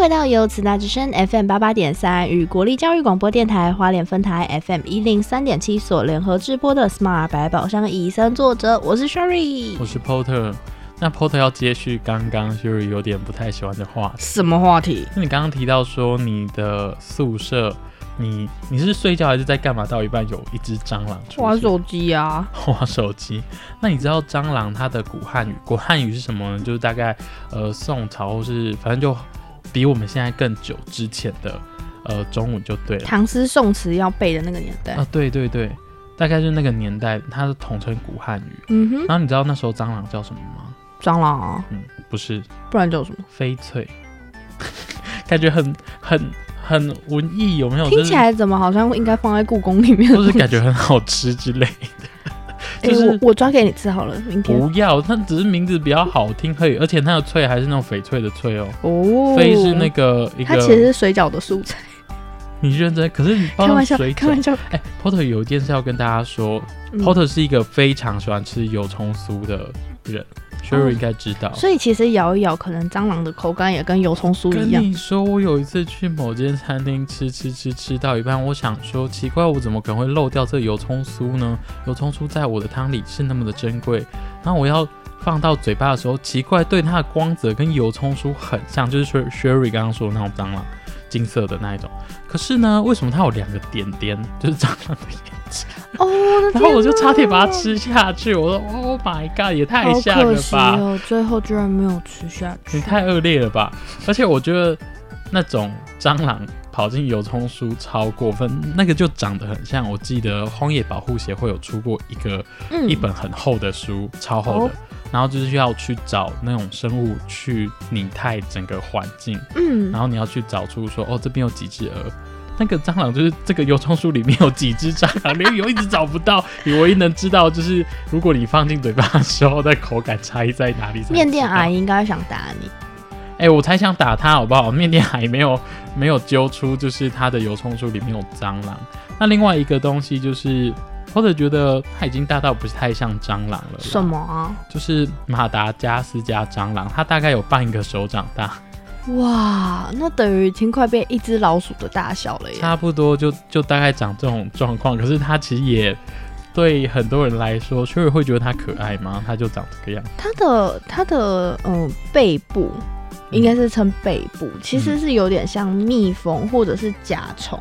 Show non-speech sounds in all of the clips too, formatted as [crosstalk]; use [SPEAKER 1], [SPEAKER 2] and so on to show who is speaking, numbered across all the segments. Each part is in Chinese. [SPEAKER 1] 回到由慈大之声 FM 八八点三与国立教育广播电台花莲分台 FM 一零三点七所联合直播的 Smart 百宝箱以三作者，我是 Sherry。
[SPEAKER 2] 我是 Porter。那 Porter 要接续刚刚就是有点不太喜欢的话题。
[SPEAKER 3] 什么话题？
[SPEAKER 2] 那你刚刚提到说你的宿舍，你你是睡觉还是在干嘛？到一半有一只蟑螂出
[SPEAKER 3] 玩
[SPEAKER 2] 现 [laughs]
[SPEAKER 3] 手机啊，
[SPEAKER 2] 滑手机。那你知道蟑螂它的古汉语？古汉语是什么呢？就是大概呃宋朝或是反正就比我们现在更久之前的呃中文就对了。
[SPEAKER 3] 唐诗宋词要背的那个年代。
[SPEAKER 2] 啊，对对对，大概就是那个年代，它是统称古汉语。
[SPEAKER 3] 嗯哼，
[SPEAKER 2] 然后你知道那时候蟑螂叫什么吗？
[SPEAKER 3] 蟑螂啊，
[SPEAKER 2] 不是
[SPEAKER 3] 不然叫什么？
[SPEAKER 2] 翡翠， [laughs] 感觉很很很文艺，有没有？
[SPEAKER 3] 听起来怎么好像应该放在故宫里面？
[SPEAKER 2] 哦就是就是感觉很好吃之
[SPEAKER 3] [laughs]
[SPEAKER 2] 类。
[SPEAKER 3] 哎、
[SPEAKER 2] 就是
[SPEAKER 3] 我我抓给你吃好了，明天。
[SPEAKER 2] 不要，它只是名字比较好听而已，而且它的翠还是那种翡翠的翠哦。
[SPEAKER 3] 哦，
[SPEAKER 2] 非是那个一
[SPEAKER 3] 它其实
[SPEAKER 2] 个，
[SPEAKER 3] 是水饺的素材，
[SPEAKER 2] 你认真，可是你
[SPEAKER 3] 开玩笑，
[SPEAKER 2] 哦水
[SPEAKER 3] 开玩
[SPEAKER 2] 饺。
[SPEAKER 3] 笑。
[SPEAKER 2] 哎、p o t t e r 有一件事要跟大家说、
[SPEAKER 3] 嗯
[SPEAKER 2] p o t t e r 是一个非常喜欢吃油葱酥的人，Sherry
[SPEAKER 3] 哦
[SPEAKER 2] 应该知道。
[SPEAKER 3] 所以其实咬一咬，可能蟑螂的口感也跟油葱酥
[SPEAKER 2] 跟
[SPEAKER 3] 一样。
[SPEAKER 2] 你说，我有一次去某间餐厅吃吃吃吃到一半，我想说奇怪，我怎么可能会漏掉这个油葱酥呢？油葱酥在我的汤里是那么的珍贵，然后我要放到嘴巴的时候，奇怪，对它的光泽跟油葱酥很像，就是 Sher- Sherry 刚刚说的那种蟑螂，金色的那一种。可是呢，为什么它有两个点点，就是
[SPEAKER 3] [laughs]
[SPEAKER 2] 蟑螂的眼睛？
[SPEAKER 3] 哦，我的
[SPEAKER 2] 然后我就
[SPEAKER 3] 天
[SPEAKER 2] 差点把它
[SPEAKER 3] 哪
[SPEAKER 2] 吃下去，我说 Oh my god，也太
[SPEAKER 3] 好
[SPEAKER 2] 吓人
[SPEAKER 3] 可
[SPEAKER 2] 了
[SPEAKER 3] 惜
[SPEAKER 2] 吧！
[SPEAKER 3] 哦，最后居然没有吃下去。
[SPEAKER 2] 你太恶劣了吧！而且我觉得那种蟑螂跑进油葱酥超过分，那个就长得很像。我记得荒野保护协会有出过一个、
[SPEAKER 3] 嗯
[SPEAKER 2] 一本很厚的书，超厚
[SPEAKER 3] 哦
[SPEAKER 2] 的，然后就是要去找那种生物去拟态整个环境，
[SPEAKER 3] 嗯，
[SPEAKER 2] 然后你要去找出说哦这边有几只鹅。那个蟑螂就是这个油葱酥里面有几只蟑螂，你有一直找不到。你唯一能知道就是，如果你放进嘴巴的时候，那口感差异在哪里才知道？
[SPEAKER 3] 面店阿姨应该想打你。
[SPEAKER 2] 哎、我才想打他好不好？面店还没有没有揪出，就是他的油葱酥里面有蟑螂。那另外一个东西就是，或者觉得它已经大到不是太像蟑螂了啦，
[SPEAKER 3] 什么啊？
[SPEAKER 2] 就是马达加斯加蟑螂，它大概有半个手掌大，
[SPEAKER 3] 哇，那等于已经快变一只老鼠的大小了耶！
[SPEAKER 2] 差不多就就大概长这种状况。可是它其实也对很多人来说，确实会觉得它可爱吗？它就长这个样子。
[SPEAKER 3] 它的它的嗯、背部
[SPEAKER 2] 嗯
[SPEAKER 3] 应该是称背部，其实是有点像蜜蜂或者是甲虫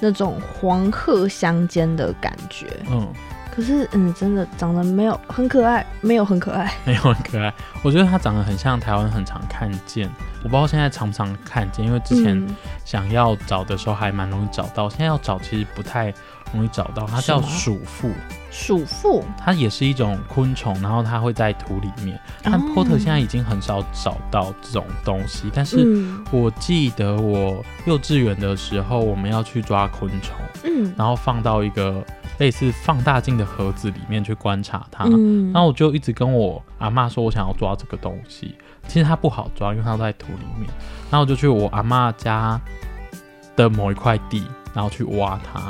[SPEAKER 3] 那种黄褐相间的感觉。
[SPEAKER 2] 嗯，
[SPEAKER 3] 可是嗯，真的长得没有很可爱，没有很可爱。
[SPEAKER 2] 没有很可爱。我觉得它长得很像台湾很常看见，我不知道现在常不常看见，因为之前、
[SPEAKER 3] 嗯、
[SPEAKER 2] 想要找的时候还蛮容易找到，现在要找其实不太容易找到。它
[SPEAKER 3] 是吗
[SPEAKER 2] 叫鼠妇，
[SPEAKER 3] 鼠妇，
[SPEAKER 2] 它也是一种昆虫，然后它会在土里面。但
[SPEAKER 3] 哦
[SPEAKER 2] porter 现在已经很少找到这种东西，但是
[SPEAKER 3] 嗯
[SPEAKER 2] 我记得我幼稚园的时候，我们要去抓昆虫，
[SPEAKER 3] 嗯
[SPEAKER 2] 然后放到一个类似放大镜的盒子里面去观察它。
[SPEAKER 3] 嗯，
[SPEAKER 2] 啊然后我就一直跟我阿妈说，我想要抓这个东西。其实它不好抓，因为它都在土里面。然后我就去我阿妈家的某一块地，然后去挖它，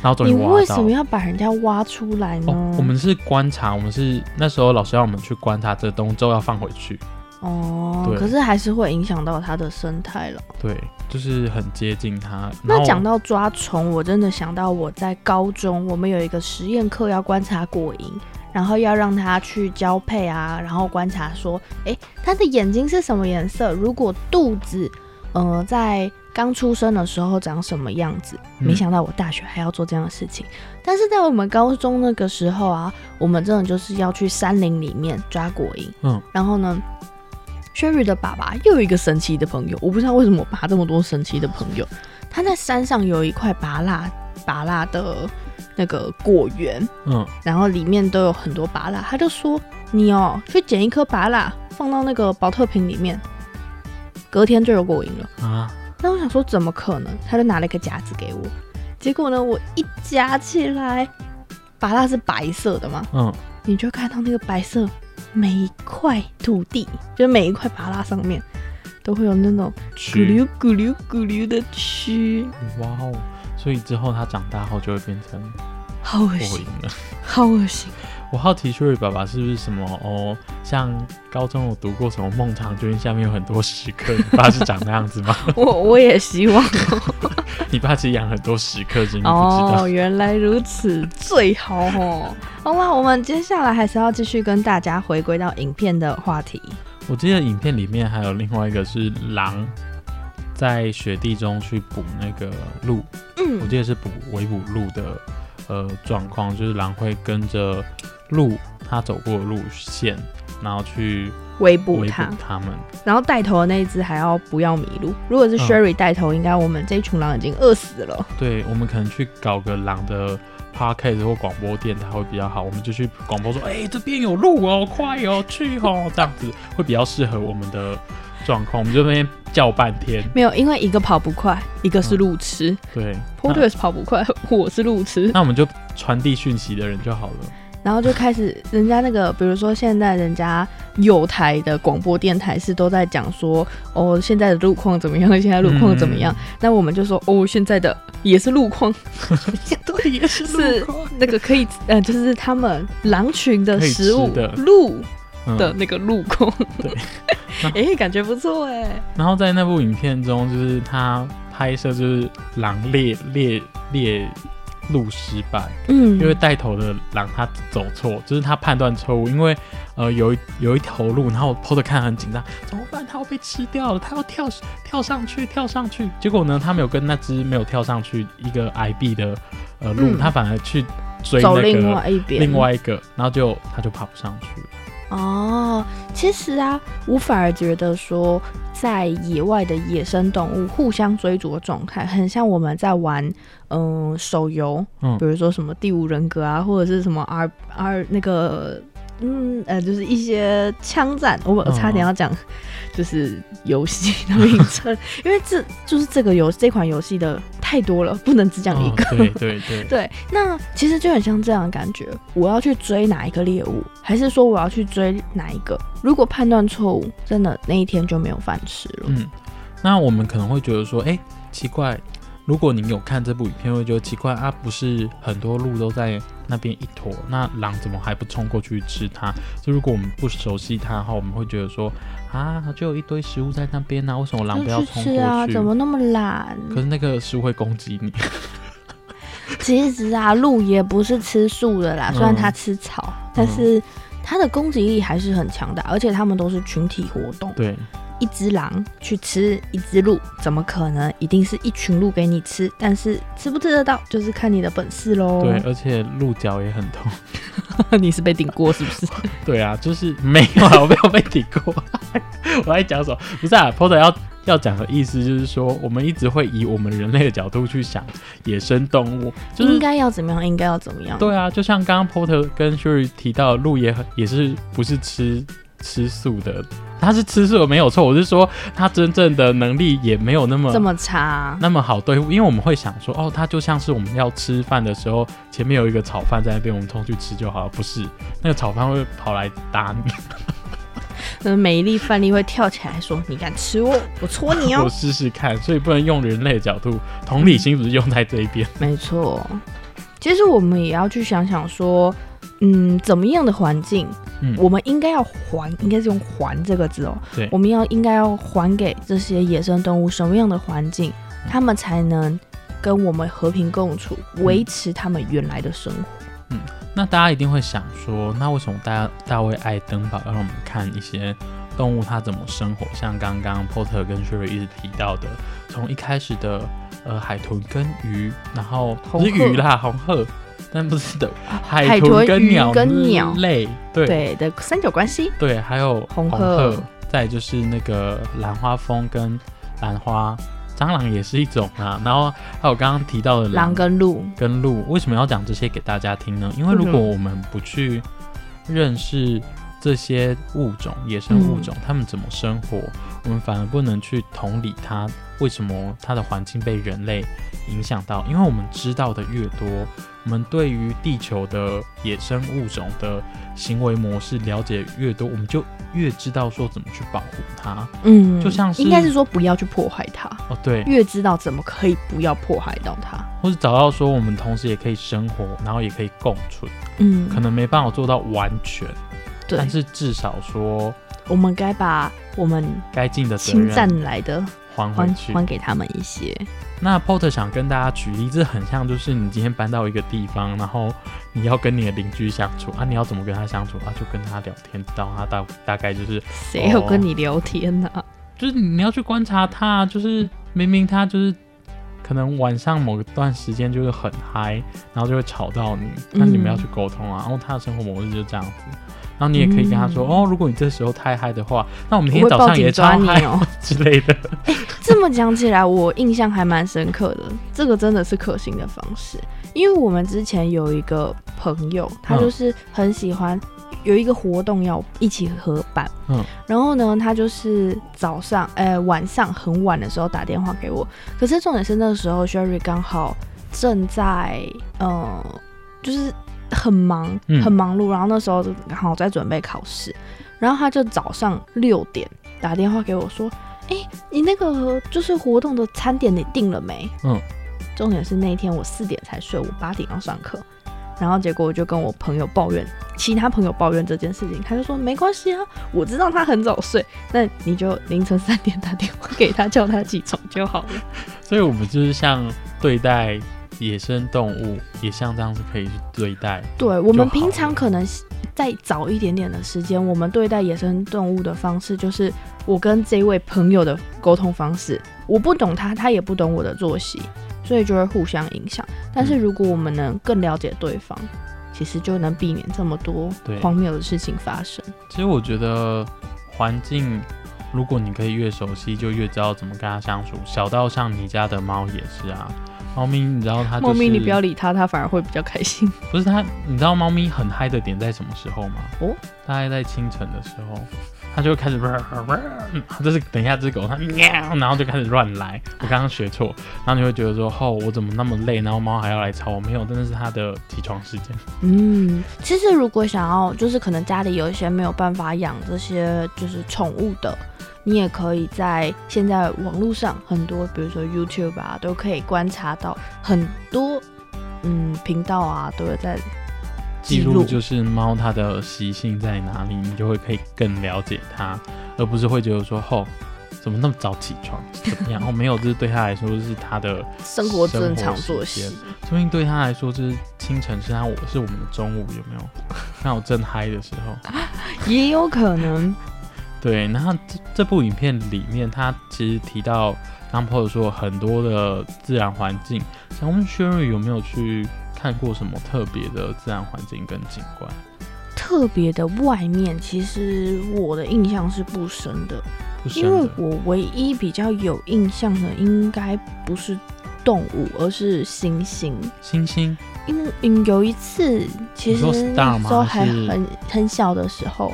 [SPEAKER 2] 然后终于
[SPEAKER 3] 你
[SPEAKER 2] 挖
[SPEAKER 3] 为
[SPEAKER 2] 到
[SPEAKER 3] 什。么要把人家挖出来呢？
[SPEAKER 2] 哦，我们是观察，我们是那时候老师让我们去观察这个东西，之后要放回去。
[SPEAKER 3] 哦
[SPEAKER 2] 对，
[SPEAKER 3] 可是还是会影响到它的生态了。
[SPEAKER 2] 对，就是很接近它。然
[SPEAKER 3] 那
[SPEAKER 2] 后
[SPEAKER 3] 讲到抓虫，我真的想到我在高中，我们有一个实验课要观察果蝇，然后要让它去交配啊，然后观察说，诶，它的眼睛是什么颜色？如果肚子，呃，在刚出生的时候长什么样子？
[SPEAKER 2] 嗯
[SPEAKER 3] 没想到我大学还要做这样的事情。但是在我们高中那个时候啊，我们真的就是要去山林里面抓果蝇，
[SPEAKER 2] 嗯，
[SPEAKER 3] 然后呢。Sherry 的爸爸又有一个神奇的朋友，我不知道为什么我爸这么多神奇的朋友。他在山上有一块拔蜡拔蜡的那个果园，
[SPEAKER 2] 嗯，
[SPEAKER 3] 然后里面都有很多拔蜡。他就说：“你哦，去捡一颗拔蜡，放到那个保特瓶里面，隔天就有果蝇了。
[SPEAKER 2] 啊，”
[SPEAKER 3] 那我想说，怎么可能？他就拿了一个夹子给我，结果呢，我一夹起来，拔蜡是白色的嘛，
[SPEAKER 2] 嗯，
[SPEAKER 3] 你就看到那个白色，每一块土地，就是每一块拔蜡上面，都会有那种咕
[SPEAKER 2] 蛆
[SPEAKER 3] 噜咕噜咕噜的蛆。
[SPEAKER 2] 嗯哇哦！所以之后它长大后就会变成
[SPEAKER 3] 好恶
[SPEAKER 2] 我
[SPEAKER 3] 心
[SPEAKER 2] 赢，了。
[SPEAKER 3] 好恶心。
[SPEAKER 2] 我好奇 Sherry 爸爸是不是什么哦？像高中有读过什么孟尝君下面有很多食客，你爸是长那样子吗？
[SPEAKER 3] [laughs]
[SPEAKER 2] [laughs]
[SPEAKER 3] 我我也希望
[SPEAKER 2] 你爸其实养很多食客，只是你不知道。
[SPEAKER 3] 哦，原来如此，最好
[SPEAKER 2] [laughs]
[SPEAKER 3] 哦。好啦，我们接下来还是要继续跟大家回归到影片的话题。
[SPEAKER 2] 我记得影片里面还有另外一个是狼在雪地中去捕那个鹿，我
[SPEAKER 3] 嗯，
[SPEAKER 2] 记得是捕围捕鹿的呃状况，就是狼会跟着鹿它走过的路线，然后去
[SPEAKER 3] 围捕
[SPEAKER 2] 围
[SPEAKER 3] 他
[SPEAKER 2] 捕，它们。
[SPEAKER 3] 然后带头的那一只还要不要迷路。如果是
[SPEAKER 2] 嗯
[SPEAKER 3] Sherry 带头，应该我们这一群狼已经饿死了。
[SPEAKER 2] 对，我们可能去搞个狼的 podcast 或广播电台会比较好，我们就去广播说，哎、这边有路哦，快哦，去哦， [laughs] 这样子会比较适合我们的状况。我们就在那边叫半天，
[SPEAKER 3] 没有，因为一个跑不快，一个是路痴。
[SPEAKER 2] 对，那
[SPEAKER 3] Porter 是跑不快，我是路痴。
[SPEAKER 2] 那我们就传递讯息的人就好了。
[SPEAKER 3] 然后就开始，人家那个，比如说现在人家有台的广播电台是都在讲说，哦，现在的路况怎么样？现在路
[SPEAKER 2] 嗯
[SPEAKER 3] 况怎么样？那我们就说，哦，现在的也是路况，
[SPEAKER 2] [laughs] 对，也是
[SPEAKER 3] 是那个可以，呃，就是他们狼群的
[SPEAKER 2] 可以
[SPEAKER 3] 食物
[SPEAKER 2] 吃的
[SPEAKER 3] 鹿
[SPEAKER 2] 嗯
[SPEAKER 3] 的那个路况。 [laughs]
[SPEAKER 2] 对
[SPEAKER 3] 哎、感觉不错哎、
[SPEAKER 2] 然后在那部影片中，就是他拍摄就是狼猎猎猎鹿失败，
[SPEAKER 3] 嗯，
[SPEAKER 2] 因为带头的狼他走错，就是他判断错误，因为呃有一有一头鹿，然后我偷着看很紧张，怎么办？它要被吃掉了，它要跳跳上去，跳上去。结果呢，他没有跟那只没有跳上去一个矮壁的呃鹿，
[SPEAKER 3] 嗯
[SPEAKER 2] 他反而去追那
[SPEAKER 3] 走
[SPEAKER 2] 个
[SPEAKER 3] 另外一边，
[SPEAKER 2] 另外一个，然后就他就爬不上去。
[SPEAKER 3] 哦，其实啊，我反而觉得说，在野外的野生动物互相追逐的状态，很像我们在玩嗯、手游，
[SPEAKER 2] 嗯
[SPEAKER 3] 比如说什么《第五人格》啊，或者是什么 R R 那个。嗯呃，就是一些枪战，我我
[SPEAKER 2] 嗯
[SPEAKER 3] 差点要讲，就是游戏的名称， [laughs] 因为这就是这个游这款游戏的太多了，不能只讲一
[SPEAKER 2] 哦
[SPEAKER 3] 个。，
[SPEAKER 2] 对对对，
[SPEAKER 3] 对，那其实就很像这样的感觉。我要去追哪一个猎物，还是说我要去追哪一个？如果判断错误，真的那一天就没有饭吃了。
[SPEAKER 2] 嗯，那我们可能会觉得说，哎、奇怪，如果你有看这部影片，会觉得奇怪啊，不是很多鹿都在那边一坨，那狼怎么还不冲过去吃它？就如果我们不熟悉它的话，我们会觉得说，啊，就有一堆食物在那边啊，为什么狼不要
[SPEAKER 3] 就去
[SPEAKER 2] 冲
[SPEAKER 3] 吃
[SPEAKER 2] 过
[SPEAKER 3] 啊，
[SPEAKER 2] 去？
[SPEAKER 3] 怎么那么懒？
[SPEAKER 2] 可是那个食物会攻击
[SPEAKER 3] [laughs]
[SPEAKER 2] 你，
[SPEAKER 3] 其实啊，鹿也不是吃素的啦，虽然
[SPEAKER 2] 嗯
[SPEAKER 3] 它吃草，但是它的攻击力还是很强大，而且它们都是群体活动。
[SPEAKER 2] 对，
[SPEAKER 3] 一只狼去吃一只鹿，怎么可能？一定是一群鹿给你吃，但是吃不吃得到，就是看你的本事喽。 [laughs]
[SPEAKER 2] 对，， [laughs] 而且鹿角也很痛。
[SPEAKER 3] 你是被顶过是不是？
[SPEAKER 2] 对啊，就是没有啊，我 [laughs] 没有被顶过。我在讲什么？不是啊，Porter 要要讲的意思就是说，我们一直会以我们人类的角度去想野生动物，就
[SPEAKER 3] 应
[SPEAKER 2] 是
[SPEAKER 3] 该要怎么样？应该要怎么样？
[SPEAKER 2] 对啊，就像刚刚 Porter 跟 Sherry 提到的，鹿也很也是不是吃吃素的，它是吃素的没有错，我是说它真正的能力也没有那么
[SPEAKER 3] 这么差。
[SPEAKER 2] 那么好对付，因为我们会想说，哦，它就像是我们要吃饭的时候，前面有一个炒饭在那边，我们冲去吃就好了，不是那个炒饭会跑来打你。
[SPEAKER 3] 那每一粒饭粒会跳起来说：“你敢吃我，我戳你
[SPEAKER 2] 我
[SPEAKER 3] 哦
[SPEAKER 2] 试试看，所以不能用人类的角度，同理心不是用在这一边。！”
[SPEAKER 3] 没错，其实我们也要去想想说，嗯，怎么样的环境，
[SPEAKER 2] 嗯
[SPEAKER 3] 我们应该要还，应该是用“还”这个字哦。
[SPEAKER 2] 对
[SPEAKER 3] 我们要应该要还给这些野生动物什么样的环境，
[SPEAKER 2] 嗯
[SPEAKER 3] 他们才能跟我们和平共处，
[SPEAKER 2] 嗯
[SPEAKER 3] 维持他们原来的生活。
[SPEAKER 2] 那大家一定会想说，那为什么大家大卫爱登堡要让我们看一些动物它怎么生活？像刚刚 Porter 跟 Sherry 一直提到的，从一开始的呃海豚跟鱼，然后
[SPEAKER 3] 红
[SPEAKER 2] 不是
[SPEAKER 3] 鹤
[SPEAKER 2] 鱼啦，红鹤，但不是的，海
[SPEAKER 3] 海豚
[SPEAKER 2] 豚跟
[SPEAKER 3] 鱼
[SPEAKER 2] 鸟
[SPEAKER 3] 跟鸟
[SPEAKER 2] 类，对
[SPEAKER 3] 对的三角关系，
[SPEAKER 2] 对，还有
[SPEAKER 3] 红
[SPEAKER 2] 鹤，
[SPEAKER 3] 鹤
[SPEAKER 2] 再就是那个兰花蜂跟兰花，蟑螂也是一种啊。然后还有刚刚提到的
[SPEAKER 3] 狼跟鹿，
[SPEAKER 2] 跟鹿，为什么要讲这些给大家听呢？因为如果
[SPEAKER 3] 嗯
[SPEAKER 2] 我们不去认识这些物种、野生物种，它们怎么生活，我们反而不能去同理它为什么它的环境被人类影响到，因为我们知道的越多，我们对于地球的野生物种的行为模式了解越多，我们就越知道说怎么去保护它。
[SPEAKER 3] 嗯，
[SPEAKER 2] 就像是
[SPEAKER 3] 应该是说不要去破坏它，
[SPEAKER 2] 哦，对，
[SPEAKER 3] 越知道怎么可以不要破坏到它。
[SPEAKER 2] 或是找到说我们同时也可以生活，然后也可以共存，
[SPEAKER 3] 嗯，
[SPEAKER 2] 可能没办法做到完全，
[SPEAKER 3] 对
[SPEAKER 2] 但，是至少说
[SPEAKER 3] 我们该把我们
[SPEAKER 2] 该尽的责
[SPEAKER 3] 侵
[SPEAKER 2] 任
[SPEAKER 3] 占来的
[SPEAKER 2] 还回
[SPEAKER 3] 还
[SPEAKER 2] 去。
[SPEAKER 3] 还给他们一些。
[SPEAKER 2] 那 Porter 想跟大家举例，这很像就是你今天搬到一个地方，然后你要跟你的邻居相处啊，你要怎么跟他相处啊？就跟他聊天，知道他大大概就是
[SPEAKER 3] 谁有跟你聊天啊
[SPEAKER 2] 哦
[SPEAKER 3] 呢、
[SPEAKER 2] 就是你要去观察他，就是明明他就是可能晚上某段时间就是很嗨，然后就会吵到你，那你们要去沟通啊。然后、他的生活模式就这样子，然后你也可以跟他说、
[SPEAKER 3] 嗯
[SPEAKER 2] 哦，如果你这时候太嗨的话，那我明
[SPEAKER 3] 我
[SPEAKER 2] 天
[SPEAKER 3] 会
[SPEAKER 2] 早
[SPEAKER 3] 报
[SPEAKER 2] 上也
[SPEAKER 3] 警抓
[SPEAKER 2] 超
[SPEAKER 3] 你
[SPEAKER 2] 嗨、 [laughs]
[SPEAKER 3] 哦、
[SPEAKER 2] 之类的。
[SPEAKER 3] [laughs] 这么讲起来，我印象还蛮深刻的。这个真的是可行的方式，因为我们之前有一个朋友，他
[SPEAKER 2] 嗯
[SPEAKER 3] 就是很喜欢有一个活动要一起合办，
[SPEAKER 2] 嗯，
[SPEAKER 3] 然后呢，他就是早上，呃，晚上很晚的时候打电话给我，可是重点是那时候 Sherry 刚好正在，呃，就是很忙，
[SPEAKER 2] 嗯
[SPEAKER 3] 很忙碌，然后那时候刚好在准备考试，然后他就早上六点打电话给我说。哎你那个就是活动的餐点你定了没？
[SPEAKER 2] 嗯，
[SPEAKER 3] 重点是那一天我四点才睡，我八点要上课，然后结果我就跟我朋友抱怨，其他朋友抱怨这件事情，他就说没关系啊，我知道他很早睡，那你就凌晨三点打电话给他，叫他起床就好了。
[SPEAKER 2] 所以我们就是像对待野生动物，也像这样子可以去对待。
[SPEAKER 3] 对我们
[SPEAKER 2] 就好
[SPEAKER 3] 平常可能再早一点点的时间，我们对待野生动物的方式就是我跟这位朋友的沟通方式，我不懂他，他也不懂我的作息，所以就会互相影响。但是
[SPEAKER 2] 嗯
[SPEAKER 3] 如果我们能更了解对方，其实就能避免这么多
[SPEAKER 2] 对
[SPEAKER 3] 荒谬的事情发生。
[SPEAKER 2] 其实我觉得环境，如果你可以越熟悉，就越知道怎么跟它相处。小到像你家的猫也是啊，猫咪你知道它、就是，
[SPEAKER 3] 猫咪，你不要理它，它反而会比较开心。
[SPEAKER 2] 不是它，你知道猫咪很嗨的点在什么时候吗？
[SPEAKER 3] 哦，
[SPEAKER 2] 大概在清晨的时候，它就会开始，这是等一下这只狗它喵，然后就开始乱来。我刚刚学错，然后你会觉得说，哦，我怎么那么累，然后猫还要来吵我？没有，真的是它的起床时间。
[SPEAKER 3] 嗯，其实如果想要，就是可能家里有一些没有办法养这些就是宠物的，你也可以在现在网络上很多，比如说 YouTube 啊，都可以观察到很多嗯频道啊都有在
[SPEAKER 2] 记
[SPEAKER 3] 记
[SPEAKER 2] 录
[SPEAKER 3] 录
[SPEAKER 2] 就是猫它的习性在哪里，你就会可以更了解它，而不是会觉得说，哦，怎么那么早起床，是怎
[SPEAKER 3] [laughs]
[SPEAKER 2] 么样？哦，没有，这是对它来说是它的，
[SPEAKER 3] 生活正常作息
[SPEAKER 2] 生活时。说不定对它来说就是清晨是它，我是我们的中午，有没
[SPEAKER 3] [laughs]
[SPEAKER 2] 有？那我正嗨的时候，
[SPEAKER 3] 也有可能，
[SPEAKER 2] 对。然后这这部影片里面，它其实提到刚朋友说很多的自然环境，想问 Sherry 有没有去看过什么特别的自然环境跟景观？
[SPEAKER 3] 特别的外面，其实我的印象是不深的，
[SPEAKER 2] 不深
[SPEAKER 3] 因为
[SPEAKER 2] 的
[SPEAKER 3] 我唯一比较有印象的，应该不是动物，而是星星。
[SPEAKER 2] 星星。
[SPEAKER 3] 因嗯有一次，其
[SPEAKER 2] 你说
[SPEAKER 3] 实
[SPEAKER 2] star
[SPEAKER 3] 那
[SPEAKER 2] 吗
[SPEAKER 3] 时候还
[SPEAKER 2] 还是
[SPEAKER 3] 很很小的时候，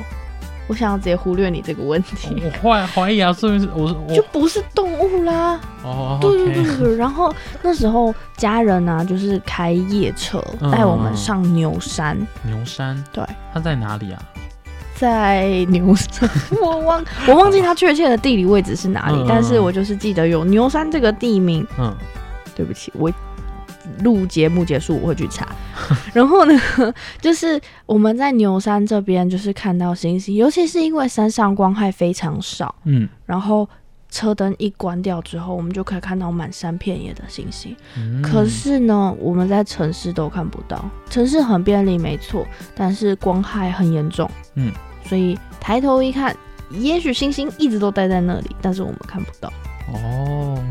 [SPEAKER 3] 我想要直接忽略你这个问题，
[SPEAKER 2] 我怀怀疑啊，是不是我我
[SPEAKER 3] 就不是动物啦。
[SPEAKER 2] 哦，
[SPEAKER 3] 对对对
[SPEAKER 2] OK
[SPEAKER 3] 对。然后那时候家人呢、啊，就是开夜车
[SPEAKER 2] 嗯
[SPEAKER 3] 带我们上牛山，
[SPEAKER 2] [laughs] 牛山
[SPEAKER 3] 对，
[SPEAKER 2] 它在哪里啊？
[SPEAKER 3] 在牛山，我忘我忘记它确切的地理位置是哪里
[SPEAKER 2] 嗯嗯，
[SPEAKER 3] 但是我就是记得有牛山这个地名。
[SPEAKER 2] 嗯，
[SPEAKER 3] 对不起，我录节目结束我会去查。 [laughs] 然后呢，就是我们在牛山这边就是看到星星，尤其是因为山上光害非常少，
[SPEAKER 2] 嗯
[SPEAKER 3] 然后车灯一关掉之后，我们就可以看到满山遍野的星星。
[SPEAKER 2] 嗯，
[SPEAKER 3] 可是呢，我们在城市都看不到，城市很便利没错，但是光害很严重。
[SPEAKER 2] 嗯，
[SPEAKER 3] 所以抬头一看。也许星星一直都待在那里，但是我们看不到。
[SPEAKER 2] 哦，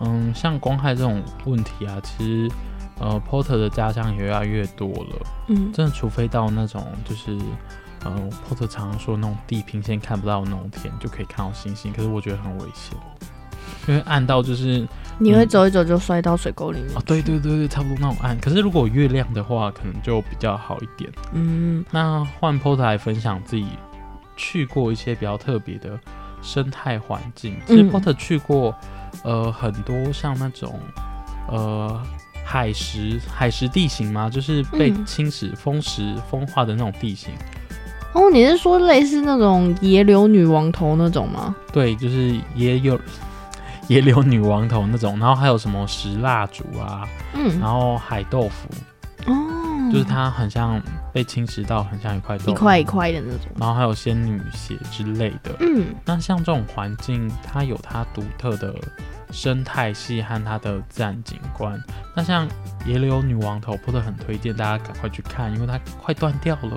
[SPEAKER 2] 嗯，像光害这种问题啊，其实呃，Porter 的家乡也越来越多了。
[SPEAKER 3] 嗯，
[SPEAKER 2] 真的，除非到那种就是呃，Porter 常常说那种地平线看不到的那种天，就可以看到星星。可是我觉得很危险。因为暗到就是
[SPEAKER 3] 你会走一走就摔到水沟里面
[SPEAKER 2] 嗯哦，。对对对对，差不多那种暗。可是如果有月亮的话，可能就比较好一点。
[SPEAKER 3] 嗯，
[SPEAKER 2] 那换 POTA 来分享自己去过一些比较特别的生态环境。其实
[SPEAKER 3] 嗯
[SPEAKER 2] POTA 去过呃很多像那种呃海蚀海蚀地形嘛，就是被
[SPEAKER 3] 嗯
[SPEAKER 2] 侵蚀、风蚀、风化的那种地形。
[SPEAKER 3] 哦，你是说类似那种野柳女王头那种吗？
[SPEAKER 2] 对，就是也有也有女王头那种，然后还有什么石蜡烛啊，
[SPEAKER 3] 嗯，
[SPEAKER 2] 然后海豆腐，
[SPEAKER 3] 哦，
[SPEAKER 2] 就是它很像被侵蚀到，很像一块豆腐
[SPEAKER 3] 一块一，块的那种。
[SPEAKER 2] 然后还有仙女血之类的。
[SPEAKER 3] 嗯
[SPEAKER 2] 那像这种环境，它有它独特的生态系和它的自然景观。那像野柳女王头，坡的很推荐大家赶快去看，因为它快断掉了。，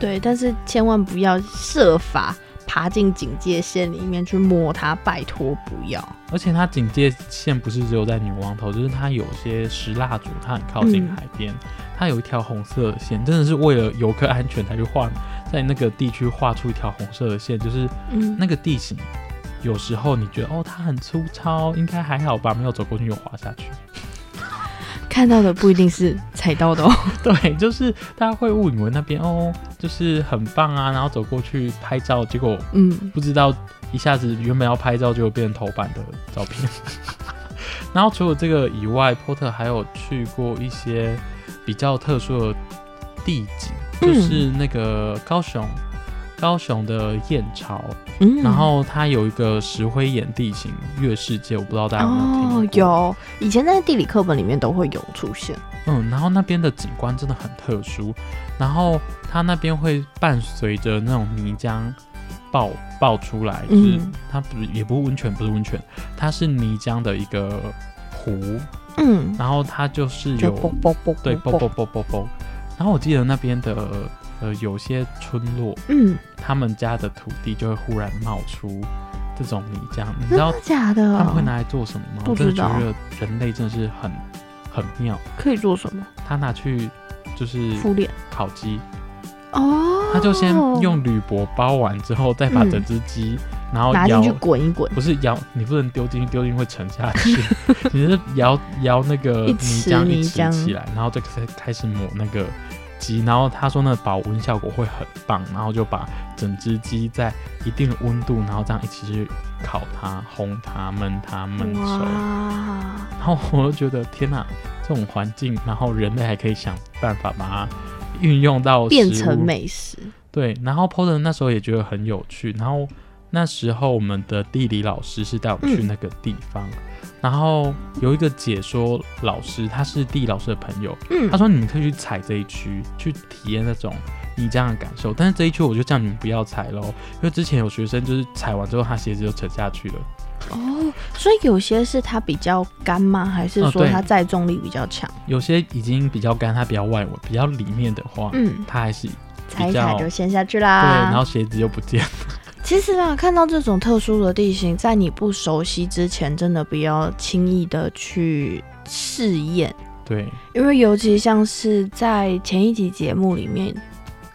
[SPEAKER 3] 对，但是千万不要设法爬进警戒线里面去摸它，拜托不要。
[SPEAKER 2] 而且它警戒线不是只有在女王头，就是它有些石蜡烛，它很靠近
[SPEAKER 3] 嗯
[SPEAKER 2] 海边，它有一条红色的线，真的是为了游客安全才去画，在那个地区画出一条红色的线，就是
[SPEAKER 3] 嗯
[SPEAKER 2] 那个地形。有时候你觉得哦，它很粗糙，应该还好吧，没有走过去就滑下去。
[SPEAKER 3] 看到的不一定是踩到的哦。
[SPEAKER 2] [laughs] 对，就是大家会误以为那边哦，就是很棒啊，然后走过去拍照，结果 [laughs]
[SPEAKER 3] 嗯，
[SPEAKER 2] 不知道一下子原本要拍照，结果变成头版的照片。 [laughs] 然后除了这个以外，Porter 还有去过一些比较特殊的地景，就
[SPEAKER 3] 嗯
[SPEAKER 2] 是那个高雄。高雄的燕巢，
[SPEAKER 3] 嗯
[SPEAKER 2] 然后它有一个石灰岩地形月世界，我不知道大家有没有听过？
[SPEAKER 3] 哦，有，以前在地理课本里面都会有出现。
[SPEAKER 2] 嗯，然后那边的景观真的很特殊，然后它那边会伴随着那种泥浆爆爆出来，就是
[SPEAKER 3] 嗯
[SPEAKER 2] 它不是也不是温泉，不是温泉，它是泥浆的一个湖，
[SPEAKER 3] 嗯，
[SPEAKER 2] 然后它就是
[SPEAKER 3] 就
[SPEAKER 2] 有
[SPEAKER 3] 啵啵啵
[SPEAKER 2] 对啵啮，啵啵啵，然后我记得那边的呃有些村落，
[SPEAKER 3] 嗯，
[SPEAKER 2] 他们家的土地就会忽然冒出这种泥浆，你知
[SPEAKER 3] 真
[SPEAKER 2] 道
[SPEAKER 3] 的假的？
[SPEAKER 2] 他们会拿来做什么吗？
[SPEAKER 3] 嗯不
[SPEAKER 2] 我真的
[SPEAKER 3] 知
[SPEAKER 2] 觉
[SPEAKER 3] 道
[SPEAKER 2] 得人类真的是很很妙，
[SPEAKER 3] 可以做什么？
[SPEAKER 2] 他拿去。就是
[SPEAKER 3] 敷脸
[SPEAKER 2] 烤鸡，
[SPEAKER 3] 哦，
[SPEAKER 2] 他就先用铝箔包完之后，再把整只鸡，然后
[SPEAKER 3] 嗯拿进
[SPEAKER 2] 摇
[SPEAKER 3] 去，滚一滚，
[SPEAKER 2] 不是摇，你不能丢进去，丢进去会沉下去，
[SPEAKER 3] [laughs]
[SPEAKER 2] 你是摇摇那个
[SPEAKER 3] 一
[SPEAKER 2] 泥
[SPEAKER 3] 池
[SPEAKER 2] 浆一
[SPEAKER 3] 泥
[SPEAKER 2] 池
[SPEAKER 3] 浆
[SPEAKER 2] 起来，然后再开开始抹那个鸡，然后他说那个保温效果会很棒，然后就把整只鸡在一定的温度，然后这样一起去烤它、烘它、焖它、焖熟，
[SPEAKER 3] 哇，
[SPEAKER 2] 然后我就觉得天哪，这种环境，然后人类还可以想办法把它运用到
[SPEAKER 3] 变
[SPEAKER 2] 食
[SPEAKER 3] 成
[SPEAKER 2] 物
[SPEAKER 3] 美食。
[SPEAKER 2] 对，然后 p o d e r 那时候也觉得很有趣，然后那时候我们的地理老师是带我们去
[SPEAKER 3] 嗯
[SPEAKER 2] 那个地方，然后有一个解说老师，他是地理老师的朋友，
[SPEAKER 3] 嗯
[SPEAKER 2] 他，说你们可以去踩这一区，去体验那种你这样的感受，但是这一区我就叫你们不要踩喽，因为之前有学生就是踩完之后他鞋子就沉下去了，
[SPEAKER 3] 哦，所以有些是它比较干吗？还是
[SPEAKER 2] 哦
[SPEAKER 3] 说
[SPEAKER 2] 对哦
[SPEAKER 3] 它载重力比较强？
[SPEAKER 2] 有些已经比较干，它比较外围，比较里面的话，
[SPEAKER 3] 嗯，
[SPEAKER 2] 它还是
[SPEAKER 3] 踩一踩
[SPEAKER 2] 比较
[SPEAKER 3] 就陷下去
[SPEAKER 2] 对，
[SPEAKER 3] 啦。
[SPEAKER 2] 然后鞋子就不见了。 [laughs]
[SPEAKER 3] 其实啊，看到这种特殊的地形，在你不熟悉之前，真的不要轻易的去试验，
[SPEAKER 2] 对，
[SPEAKER 3] 因为尤其像是在前一集节目里面，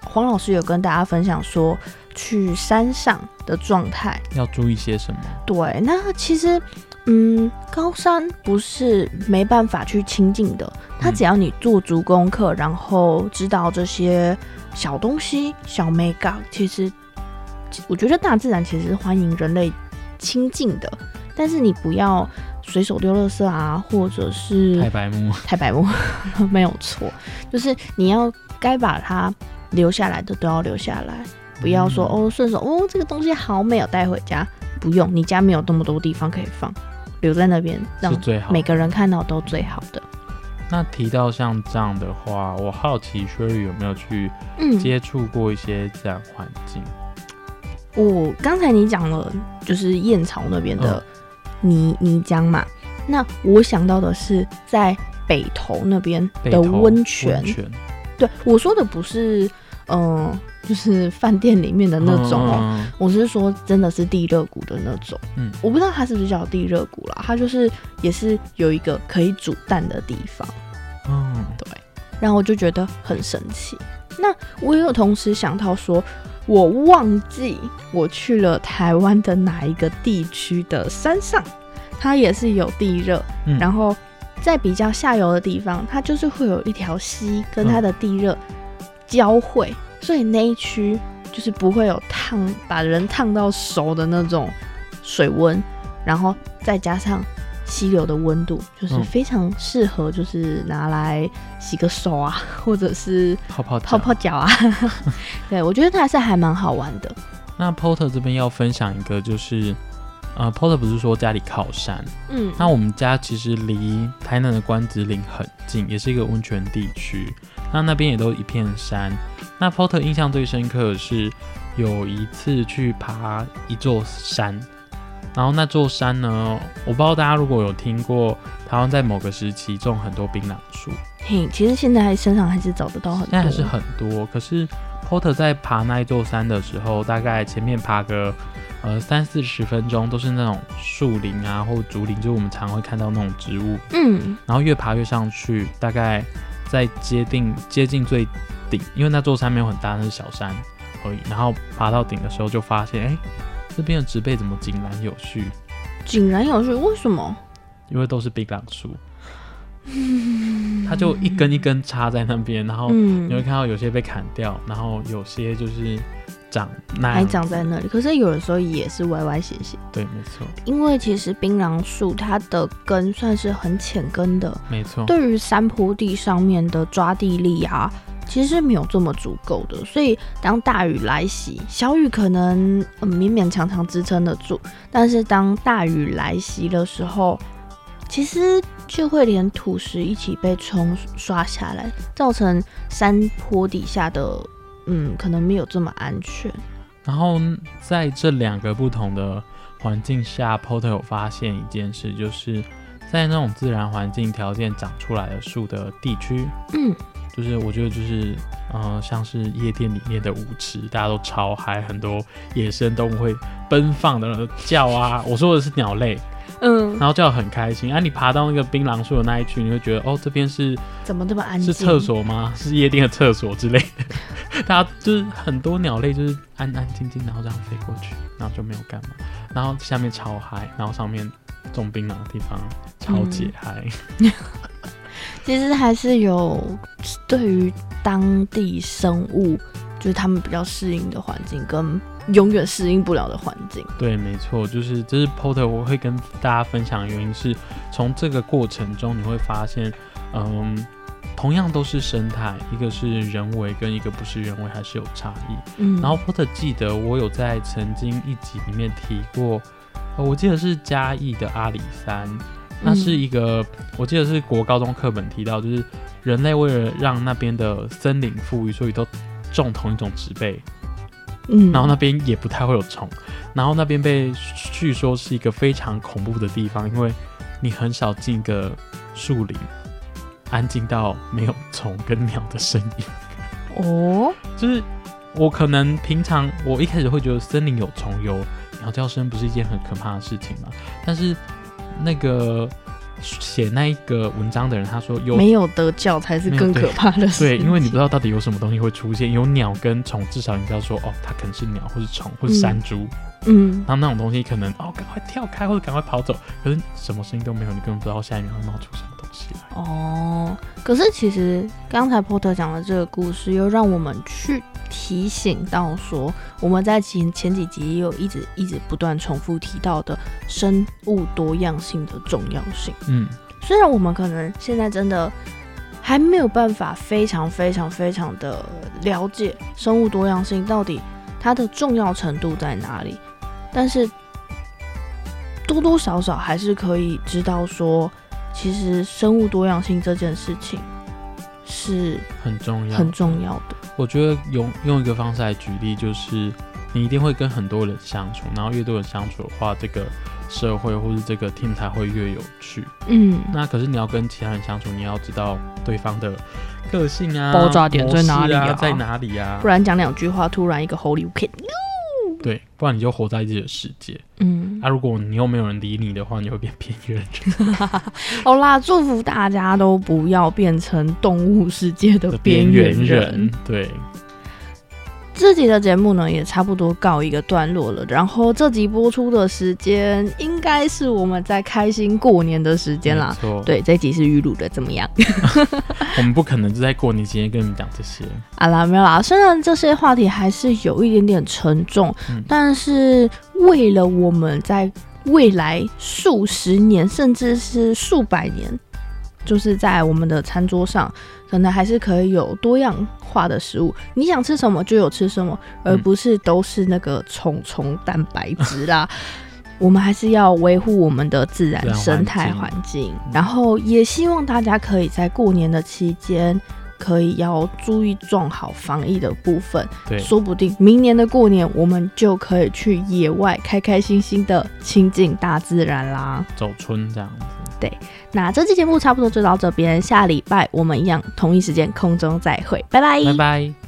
[SPEAKER 3] 黄老师有跟大家分享说，去山上的状态。
[SPEAKER 2] 要注意些什么？
[SPEAKER 3] 对，那其实，嗯，高山不是没办法去亲近的，它
[SPEAKER 2] 嗯
[SPEAKER 3] 只要你做足功课，然后知道这些小东西、小美感，其实我觉得大自然其实是欢迎人类亲近的，但是你不要随手丢垃圾啊，或者是
[SPEAKER 2] 太白目。
[SPEAKER 3] 太白目， [laughs] 没有错，就是你要该把它留下来的都要留下来，不要说、
[SPEAKER 2] 嗯
[SPEAKER 3] 哦顺手哦这个东西好美，有带回家，不用，你家没有那么多地方可以放，留在那边让
[SPEAKER 2] 是最好
[SPEAKER 3] 每。个人看到都最好的。
[SPEAKER 2] 那提到像这样的话，我好奇 Sherry 有没有去
[SPEAKER 3] 嗯，
[SPEAKER 2] 接触过一些自然环境？
[SPEAKER 3] 我刚才你讲了，就是燕巢那边的
[SPEAKER 2] 嗯
[SPEAKER 3] 泥、泥浆嘛，那我想到的是在北投那边
[SPEAKER 2] 北
[SPEAKER 3] 的
[SPEAKER 2] 投
[SPEAKER 3] 温泉，
[SPEAKER 2] 温泉
[SPEAKER 3] 对我说的不是嗯、呃就是饭店里面的那种哦。
[SPEAKER 2] 嗯
[SPEAKER 3] 我是说，真的是地热谷的那种，
[SPEAKER 2] 嗯
[SPEAKER 3] 我不知道它是不是叫地热谷啦，它就是也是有一个可以煮蛋的地方，哦
[SPEAKER 2] 嗯，
[SPEAKER 3] 然后我就觉得很神奇。那我也有同时想到说，我忘记我去了台湾的哪一个地区的山上，它也是有地热，
[SPEAKER 2] 嗯
[SPEAKER 3] 然后在比较下游的地方，它就是会有一条溪跟
[SPEAKER 2] 嗯
[SPEAKER 3] 它的地热交汇，所以那一区就是不会有烫把人烫到熟的那种水温，然后再加上溪流的温度，就是
[SPEAKER 2] 嗯
[SPEAKER 3] 非常适合就是拿来洗个手啊， [laughs] 或者是
[SPEAKER 2] 泡泡
[SPEAKER 3] 泡
[SPEAKER 2] 脚
[SPEAKER 3] 泡脚啊。 [laughs] 对，我觉得它还是还蛮好玩的。
[SPEAKER 2] 那 Porter 这边要分享一个，就是呃，Porter 不是说家里靠山，
[SPEAKER 3] 嗯，
[SPEAKER 2] 那我们家其实离台南的关子岭很近，也是一个温泉地区。那那边也都一片山。那 Porter 印象最深刻的是有一次去爬一座山，然后那座山呢，我不知道大家如果有听过，台湾在某个时期种很多槟榔树，
[SPEAKER 3] 嘿，其实现在身上还是找得到很多，
[SPEAKER 2] 现在还是很多。可是 Porter 在爬那一座山的时候，大概前面爬个呃三四十分钟，都是那种树林啊或竹林，就是我们常会看到那种植物。
[SPEAKER 3] 嗯
[SPEAKER 2] 然后越爬越上去，大概在接近接近最顶，因为那座山没有很大，那是小山而已。然后爬到顶的时候，就发现，哎，这边的植被怎么井然有序？
[SPEAKER 3] 井然有序。为什么？
[SPEAKER 2] 因为都是槟榔树，它就一根一根插在那边，然后
[SPEAKER 3] 嗯
[SPEAKER 2] 你会看到哦有些被砍掉，然后有些就是长那样
[SPEAKER 3] 还长在那里，可是有的时候也是歪歪斜斜，
[SPEAKER 2] 对，没错，
[SPEAKER 3] 因为其实槟榔树它的根算是很浅根的，
[SPEAKER 2] 没错，
[SPEAKER 3] 对于山坡地上面的抓地力啊，其实是没有这么足够的。所以当大雨来袭，小雨可能、嗯、勉勉强强支撑得住，但是当大雨来袭的时候，其实就会连土石一起被冲刷下来，造成山坡底下的嗯，可能没有这么安全。
[SPEAKER 2] 然后在这两个不同的环境下，Porter 有发现一件事，就是在那种自然环境条件长出来的树的地区，
[SPEAKER 3] 嗯，
[SPEAKER 2] 就是我觉得就是呃，像是夜店里面的舞池，大家都超嗨，很多野生动物会奔放的叫啊，我说的是鸟类，
[SPEAKER 3] 嗯，
[SPEAKER 2] 然后叫得很开心。啊，你爬到那个槟榔树的那一区，你会觉得哦，这边是
[SPEAKER 3] 怎么这么安静？
[SPEAKER 2] 是厕所吗？是夜店的厕所之类的。 [laughs] 大家就是很多鸟类，就是安安静静，然后这样飞过去，然后就没有干嘛。然后下面超嗨，然后上面种槟榔的地方超级嗨。
[SPEAKER 3] 嗯其实还是有对于当地生物，就是他们比较适应的环境，跟永远适应不了的环境。
[SPEAKER 2] 对，没错，就是这是 Porter 我会跟大家分享的原因是，从这个过程中你会发现，嗯，同样都是生态，一个是人为跟一个不是人为还是有差异。
[SPEAKER 3] 嗯，
[SPEAKER 2] 然后 Porter 记得我有在曾经一集里面提过，呃我记得是嘉义的阿里山，那
[SPEAKER 3] 嗯
[SPEAKER 2] 是一个、我记得是国高中课本提到，就是人类为了让那边的森林富裕，所以都种同一种植被，
[SPEAKER 3] 嗯，
[SPEAKER 2] 然后那边也不太会有虫，然后那边被据说是一个非常恐怖的地方，因为你很少进一个树林，安静到没有虫跟鸟的声音。
[SPEAKER 3] 哦，
[SPEAKER 2] 就是我可能平常我一开始会觉得森林有虫有鸟叫声不是一件很可怕的事情嘛，但是那个写那一个文章的人他说有
[SPEAKER 3] 没有得叫才是更可怕的事
[SPEAKER 2] 对，
[SPEAKER 3] 情。
[SPEAKER 2] 因为你不知道到底有什么东西会出现，有鸟跟虫，至少你知道说哦，它可能是鸟或是虫或是山猪，
[SPEAKER 3] 嗯，
[SPEAKER 2] 然后那种东西可能哦赶快跳开或者赶快跑走，可是什么声音都没有，你根本不知道下一秒会冒出什么东西来。
[SPEAKER 3] 哦，可是其实刚才波特讲的这个故事，又让我们去提醒到说，我们在前前几集也有一直一直不断重复提到的生物多样性的重要性。
[SPEAKER 2] 嗯，
[SPEAKER 3] 虽然我们可能现在真的还没有办法非常非常非常的了解生物多样性到底它的重要程度在哪里，但是多多少少还是可以知道说，其实生物多样性这件事情是
[SPEAKER 2] 很重要，
[SPEAKER 3] 很重要的。
[SPEAKER 2] 我觉得用用一个方式来举例，就是你一定会跟很多人相处，然后越多人相处的话，这个社会或是这个 team 才会越有趣。
[SPEAKER 3] 嗯，
[SPEAKER 2] 那可是你要跟其他人相处，你要知道对方的个性啊，
[SPEAKER 3] 爆炸点在哪里啊
[SPEAKER 2] 模式在哪里啊
[SPEAKER 3] 不？然讲两句话，突然一个 Holy Kid，
[SPEAKER 2] 对，不然你就活在自己的世界。
[SPEAKER 3] 嗯，
[SPEAKER 2] 啊，如果你又没有人理你的话，你会变边缘人
[SPEAKER 3] 好啦，祝福大家都不要变成动物世界的
[SPEAKER 2] 的
[SPEAKER 3] [laughs] 边
[SPEAKER 2] 边缘
[SPEAKER 3] 缘人。
[SPEAKER 2] 对，
[SPEAKER 3] 这集的节目呢，也差不多告一个段落了。然后这集播出的时间，应该是我们在开心过年的时间啦
[SPEAKER 2] 没。错，
[SPEAKER 3] 对，这集是预录的，怎么样？
[SPEAKER 2] 我们不可能就在过年期间跟你们讲这些。
[SPEAKER 3] 啊啦，没有啦。虽然这些话题还是有一点点沉重，
[SPEAKER 2] 嗯
[SPEAKER 3] 但是为了我们在未来数十年，甚至是数百年，就是在我们的餐桌上，可能还是可以有多样化的食物。你想吃什么就有吃什么，而
[SPEAKER 2] 嗯
[SPEAKER 3] 不是都是那个虫虫蛋白质啦。 [laughs] 我们还是要维护我们的自
[SPEAKER 2] 自
[SPEAKER 3] 然
[SPEAKER 2] 然
[SPEAKER 3] 生态
[SPEAKER 2] 环嗯
[SPEAKER 3] 环境，然后也希望大家可以在过年的期间，可以要注意做好防疫的部分。
[SPEAKER 2] 对，
[SPEAKER 3] 说不定明年的过年，我们就可以去野外开开心心的亲近大自然啦。
[SPEAKER 2] 走春这样子。
[SPEAKER 3] 那这期节目差不多就到这边，下礼拜我们一样同一时间空中再会，拜拜
[SPEAKER 2] 拜拜。